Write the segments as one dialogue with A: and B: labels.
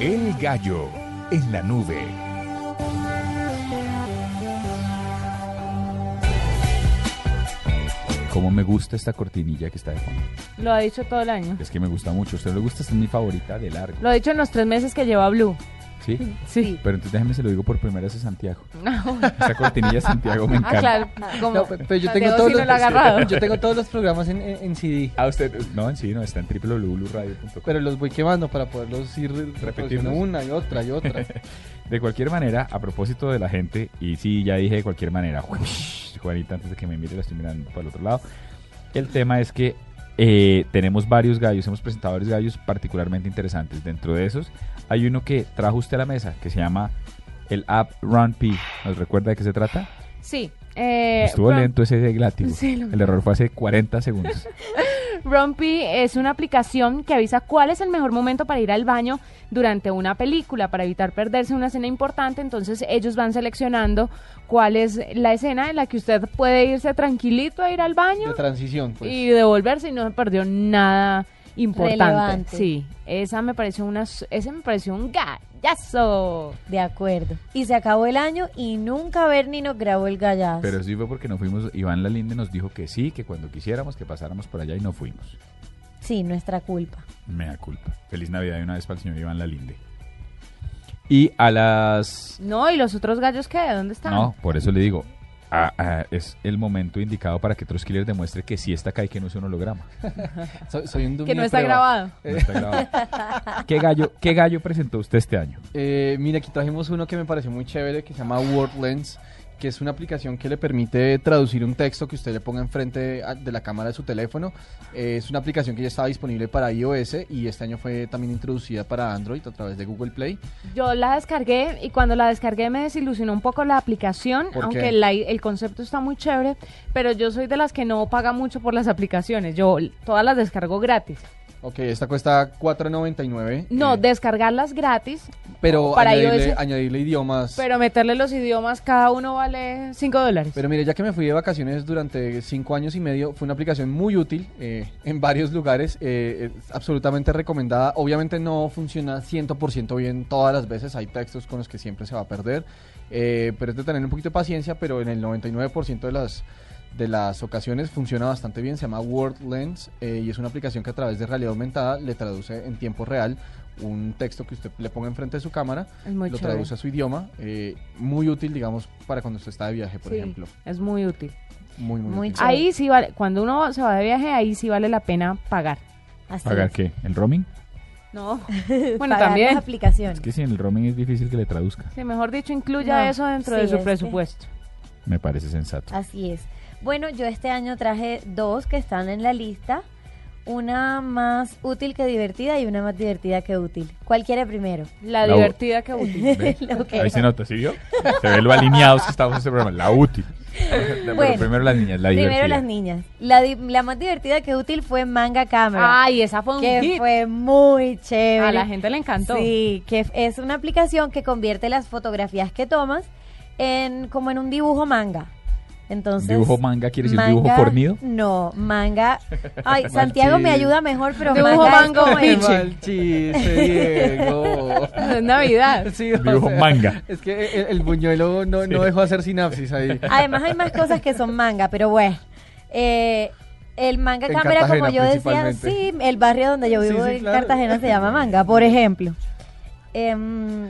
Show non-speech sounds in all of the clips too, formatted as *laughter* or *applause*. A: El gallo en la nube. Como me gusta esta cortinilla que está de fondo.
B: Lo ha dicho todo el año.
A: Es que me gusta mucho. ¿A usted le gusta? Esta es mi favorita de largo.
B: Lo ha dicho en los tres meses que lleva Blue.
A: ¿Sí?
B: Sí.
A: Pero entonces déjeme se lo digo por primera vez a Santiago. Esa cortinilla de Santiago me encanta.
B: Ah, claro. Como, *laughs*
C: No, pe- pero yo tengo,
B: Santiago sí
C: todos
B: no
C: los,
B: lo ha agarrado.
C: yo tengo todos los programas en, en- en CD,
A: A Ah, usted, no, en sí, no, está en www.radio.com.
C: pero los voy quemando para poderlos ir reproduciendo una y otra y otra.
A: De cualquier manera, a propósito de la gente, y sí, ya dije de cualquier manera, *laughs* Juanita, antes de que me mire, la estoy mirando para el otro lado. El tema es que eh, tenemos varios gallos, hemos presentado varios gallos particularmente interesantes. Dentro de esos, hay uno que trajo usted a la mesa, que se llama el app Run P. ¿Nos recuerda de qué se trata?
B: Sí. Eh,
A: Estuvo
B: Rom-
A: lento ese látigo.
B: Sí, lo-
A: El error fue hace 40
B: *laughs*
A: segundos.
B: Rompi es una aplicación que avisa cuál es el mejor momento para ir al baño durante una película, para evitar perderse una escena importante. Entonces ellos van seleccionando cuál es la escena en la que usted puede irse tranquilito a ir al baño
C: De transición, pues.
B: y devolverse y no se perdió nada importante.
D: Relevante.
B: Sí, esa me pareció una, s- ese me pareció un gallazo.
D: De acuerdo. Y se acabó el año y nunca Bernie nos grabó el gallazo.
A: Pero sí fue porque no fuimos. Iván Lalinde nos dijo que sí, que cuando quisiéramos que pasáramos por allá y no fuimos.
D: Sí, nuestra culpa.
A: Me da culpa. Feliz Navidad de una vez para el señor Iván Lalinde. Y a las...
B: No, y los otros gallos qué, ¿dónde están?
A: No, por eso le digo, ah, ah, es el momento indicado para que Troskiller demuestre que sí está acá y que no es un holograma.
C: Soy, soy un dummy
B: que no
C: de
B: está
C: prueba.
B: grabado.
A: No está grabado.
D: *laughs*
A: ¿Qué, gallo, ¿Qué gallo presentó usted este año?
C: Eh, mira, aquí trajimos uno que me pareció muy chévere que se llama WordLens, que es una aplicación que le permite traducir un texto que usted le ponga enfrente a- de la cámara de su teléfono. Eh, es una aplicación que ya estaba disponible para iOS y este año fue también introducida para Android a través de Google Play.
B: Yo la descargué y cuando la descargué me desilusionó un poco la aplicación,
C: ¿Por
B: aunque
C: qué?
B: la- el concepto está muy chévere, pero yo soy de las que no paga mucho por las aplicaciones, yo l- todas las descargo gratis.
C: Ok, esta cuesta 4.99.
B: No,
C: eh,
B: descargarlas gratis,
C: pero
B: para
C: añadirle,
B: iOS.
C: añadirle idiomas.
B: pero meterle los idiomas cada uno vale 5 dólares.
C: Pero mire, ya que me fui de vacaciones durante cinco años y medio, fue una aplicación muy útil eh, en varios lugares, eh, es absolutamente recomendada. Obviamente no funciona 100% bien todas las veces, hay textos con los que siempre se va a perder, eh, pero es de tener un poquito de paciencia, pero en el 99% de las, de las ocasiones funciona bastante bien. Se llama Word Lens eh, y es una aplicación que a través de realidad aumentada le traduce en tiempo real un texto que usted le ponga enfrente de su cámara,
B: Es muy
C: lo
B: chévere.
C: traduce a su idioma, eh, muy útil, digamos, para cuando usted está de viaje, por
B: Sí,
C: ejemplo.
B: es muy útil.
C: Muy, muy,
D: Muy
C: útil.
D: chévere.
B: Ahí sí vale, cuando uno se va de viaje, ahí sí vale la pena pagar.
D: Así
A: ¿Pagar
D: es. *laughs*
A: qué? ¿El roaming?
B: No, Bueno,
D: Bueno, también.
B: también.
D: Las aplicaciones.
A: Es que si en el roaming es difícil que le traduzca.
B: *laughs* sí, mejor dicho, incluya
D: No,
B: eso dentro
D: sí,
B: de su
D: es que-
B: presupuesto.
A: Me parece sensato.
D: Así es. Bueno, yo este año traje dos que están en la lista. Una más útil que divertida y una más divertida que útil. ¿Cuál quiere primero?
B: La
A: La u-
B: divertida que útil.
A: ¿Ve?
D: *laughs* Lo que-
A: Ahí se nota, ¿sí vio? Se ve lo alineados que estamos en este programa. La útil. Pero
D: Bueno,
A: primero las niñas, la
D: Primero
A: divertida.
D: las niñas. La, di- la más divertida que útil fue Manga
B: *laughs*
D: Camera.
B: Ay, esa fue un
D: que
B: hit.
D: fue muy chévere.
B: A la gente le encantó.
D: Sí, que f- es una aplicación que convierte las fotografías que tomas en como en un dibujo manga. Entonces,
A: ¿Dibujo manga quiere decir dibujo fornido?
D: No, manga.
A: *laughs*
D: Ay, Santiago me
C: chiste.
D: ayuda mejor, pero
B: Dibujo
D: manga es
B: mango
D: como
C: Qué
D: el-
B: Piche.
C: mal chiste, Diego.
B: *laughs* Es Navidad.
C: *laughs* Sí, o
A: Dibujo
C: sea,
A: manga.
C: Es que el, el buñuelo no, no dejó hacer
A: *laughs*
C: sinapsis ahí.
D: Además hay más cosas que son manga, pero bueno. Eh, el manga
C: En
D: cámara, como
C: Cartagena,
D: yo decía, sí,
C: principalmente.
D: el barrio donde yo
C: Sí,
D: vivo
C: sí,
D: en
C: claro.
D: Cartagena se llama manga, por ejemplo. Em,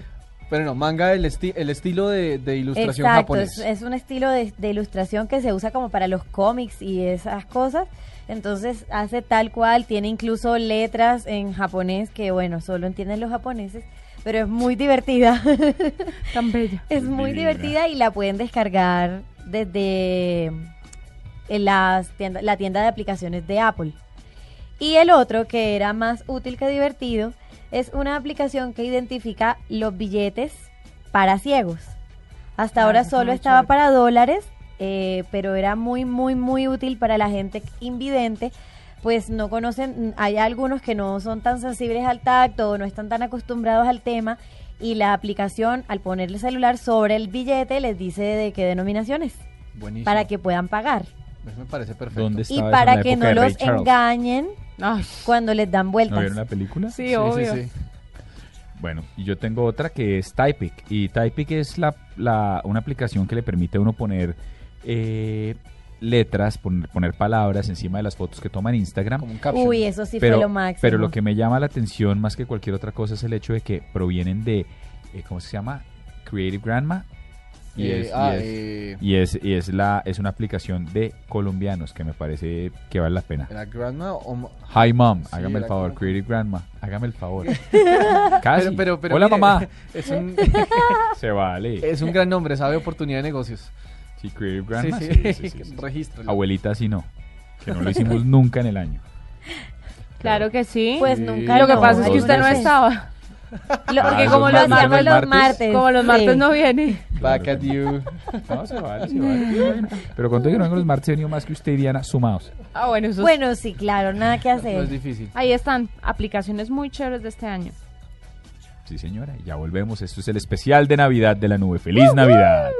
C: Pero no, manga el, esti- el estilo de, de ilustración
D: Exacto,
C: japonés.
D: es, es un estilo de, de ilustración que se usa como para los cómics y esas cosas. Entonces hace tal cual, tiene incluso letras en japonés que, bueno, solo entienden los japoneses, pero es muy divertida. *laughs*
B: Tan bella.
D: es muy
A: Divina.
D: divertida y la pueden descargar desde en las tienda- la tienda de aplicaciones de Apple. Y el otro, que era más útil que divertido, es una aplicación que identifica los billetes para ciegos. Hasta
B: Ah,
D: ahora
B: eso está
D: solo
B: muy
D: estaba
B: chévere.
D: para dólares, eh, pero era muy, muy, muy útil para la gente invidente. Pues no conocen, hay algunos que no son tan sensibles al tacto, o no están tan acostumbrados al tema, y la aplicación, al poner el celular sobre el billete, les dice de qué denominaciones,
C: Buenísimo.
D: para que puedan pagar.
C: Eso me parece perfecto.
A: ¿Dónde
D: Y
A: estaba eso en
D: para
A: la
D: que
A: época
D: no
A: de Ray
D: los
A: Charles?
D: engañen
B: Ay,
D: cuando les dan
A: ¿No
D: vueltas.
A: vieron la película?
B: sí,
C: Sí, sí,
B: obvio.
C: sí.
A: Bueno, y yo tengo otra que es Typic. Y Typic es la, la- una aplicación que le permite a uno poner eh, letras, poner, poner palabras encima de las fotos que toma en Instagram.
C: Como un caption.
D: Uy, eso sí fue lo máximo.
A: pero lo que me llama la atención más que cualquier otra cosa es el hecho de que provienen de, eh, ¿cómo se llama? Creative Grandma. Y
C: Eh,
A: es, y
C: ah,
A: es-
C: eh,
A: y es, y es la, es una aplicación de colombianos que me parece que vale la pena.
C: ¿Era Grandma o mo-
A: Hi mom,
C: Sí,
A: hágame el
C: era
A: favor,
C: como-
A: Creative Grandma, hágame el
C: *laughs*
A: favor. Casi.
C: Pero- pero- pero
A: Hola
C: mire, *laughs* Eh,
A: mamá.
C: Es un,
A: Se vale.
C: es un gran nombre, sabe oportunidad de negocios.
A: Sí, Creative Grandma.
C: sí,
A: Sí,
C: sí, *laughs*
A: sí, sí, sí.
C: Regístralo.
A: Abuelita sí no, que no lo hicimos nunca en el año.
B: Claro que sí.
D: Pues
C: Sí.
D: nunca.
B: lo que
D: no,
B: pasa es que
D: dos
B: usted no
D: veces.
B: estaba.
D: Lo-
A: Ah,
D: porque
A: ¿los
D: como lo
A: martes?
D: hacíamos
A: ¿Los
D: los
A: martes?
D: martes.
B: Como los
D: sí.
B: martes no viene.
C: Back at you.
A: No, se vale, se vale. Pero con todo que no vengo los martes, he venido más que usted y Diana sumados.
B: Ah, bueno, eso es-
D: Bueno, sí, claro, nada que
C: No es
D: hacer.
C: difícil.
B: Ahí están aplicaciones muy chéveres de este año.
A: Sí, señora, y ya volvemos. Esto es el especial de Navidad de la nube. ¡Feliz Navidad!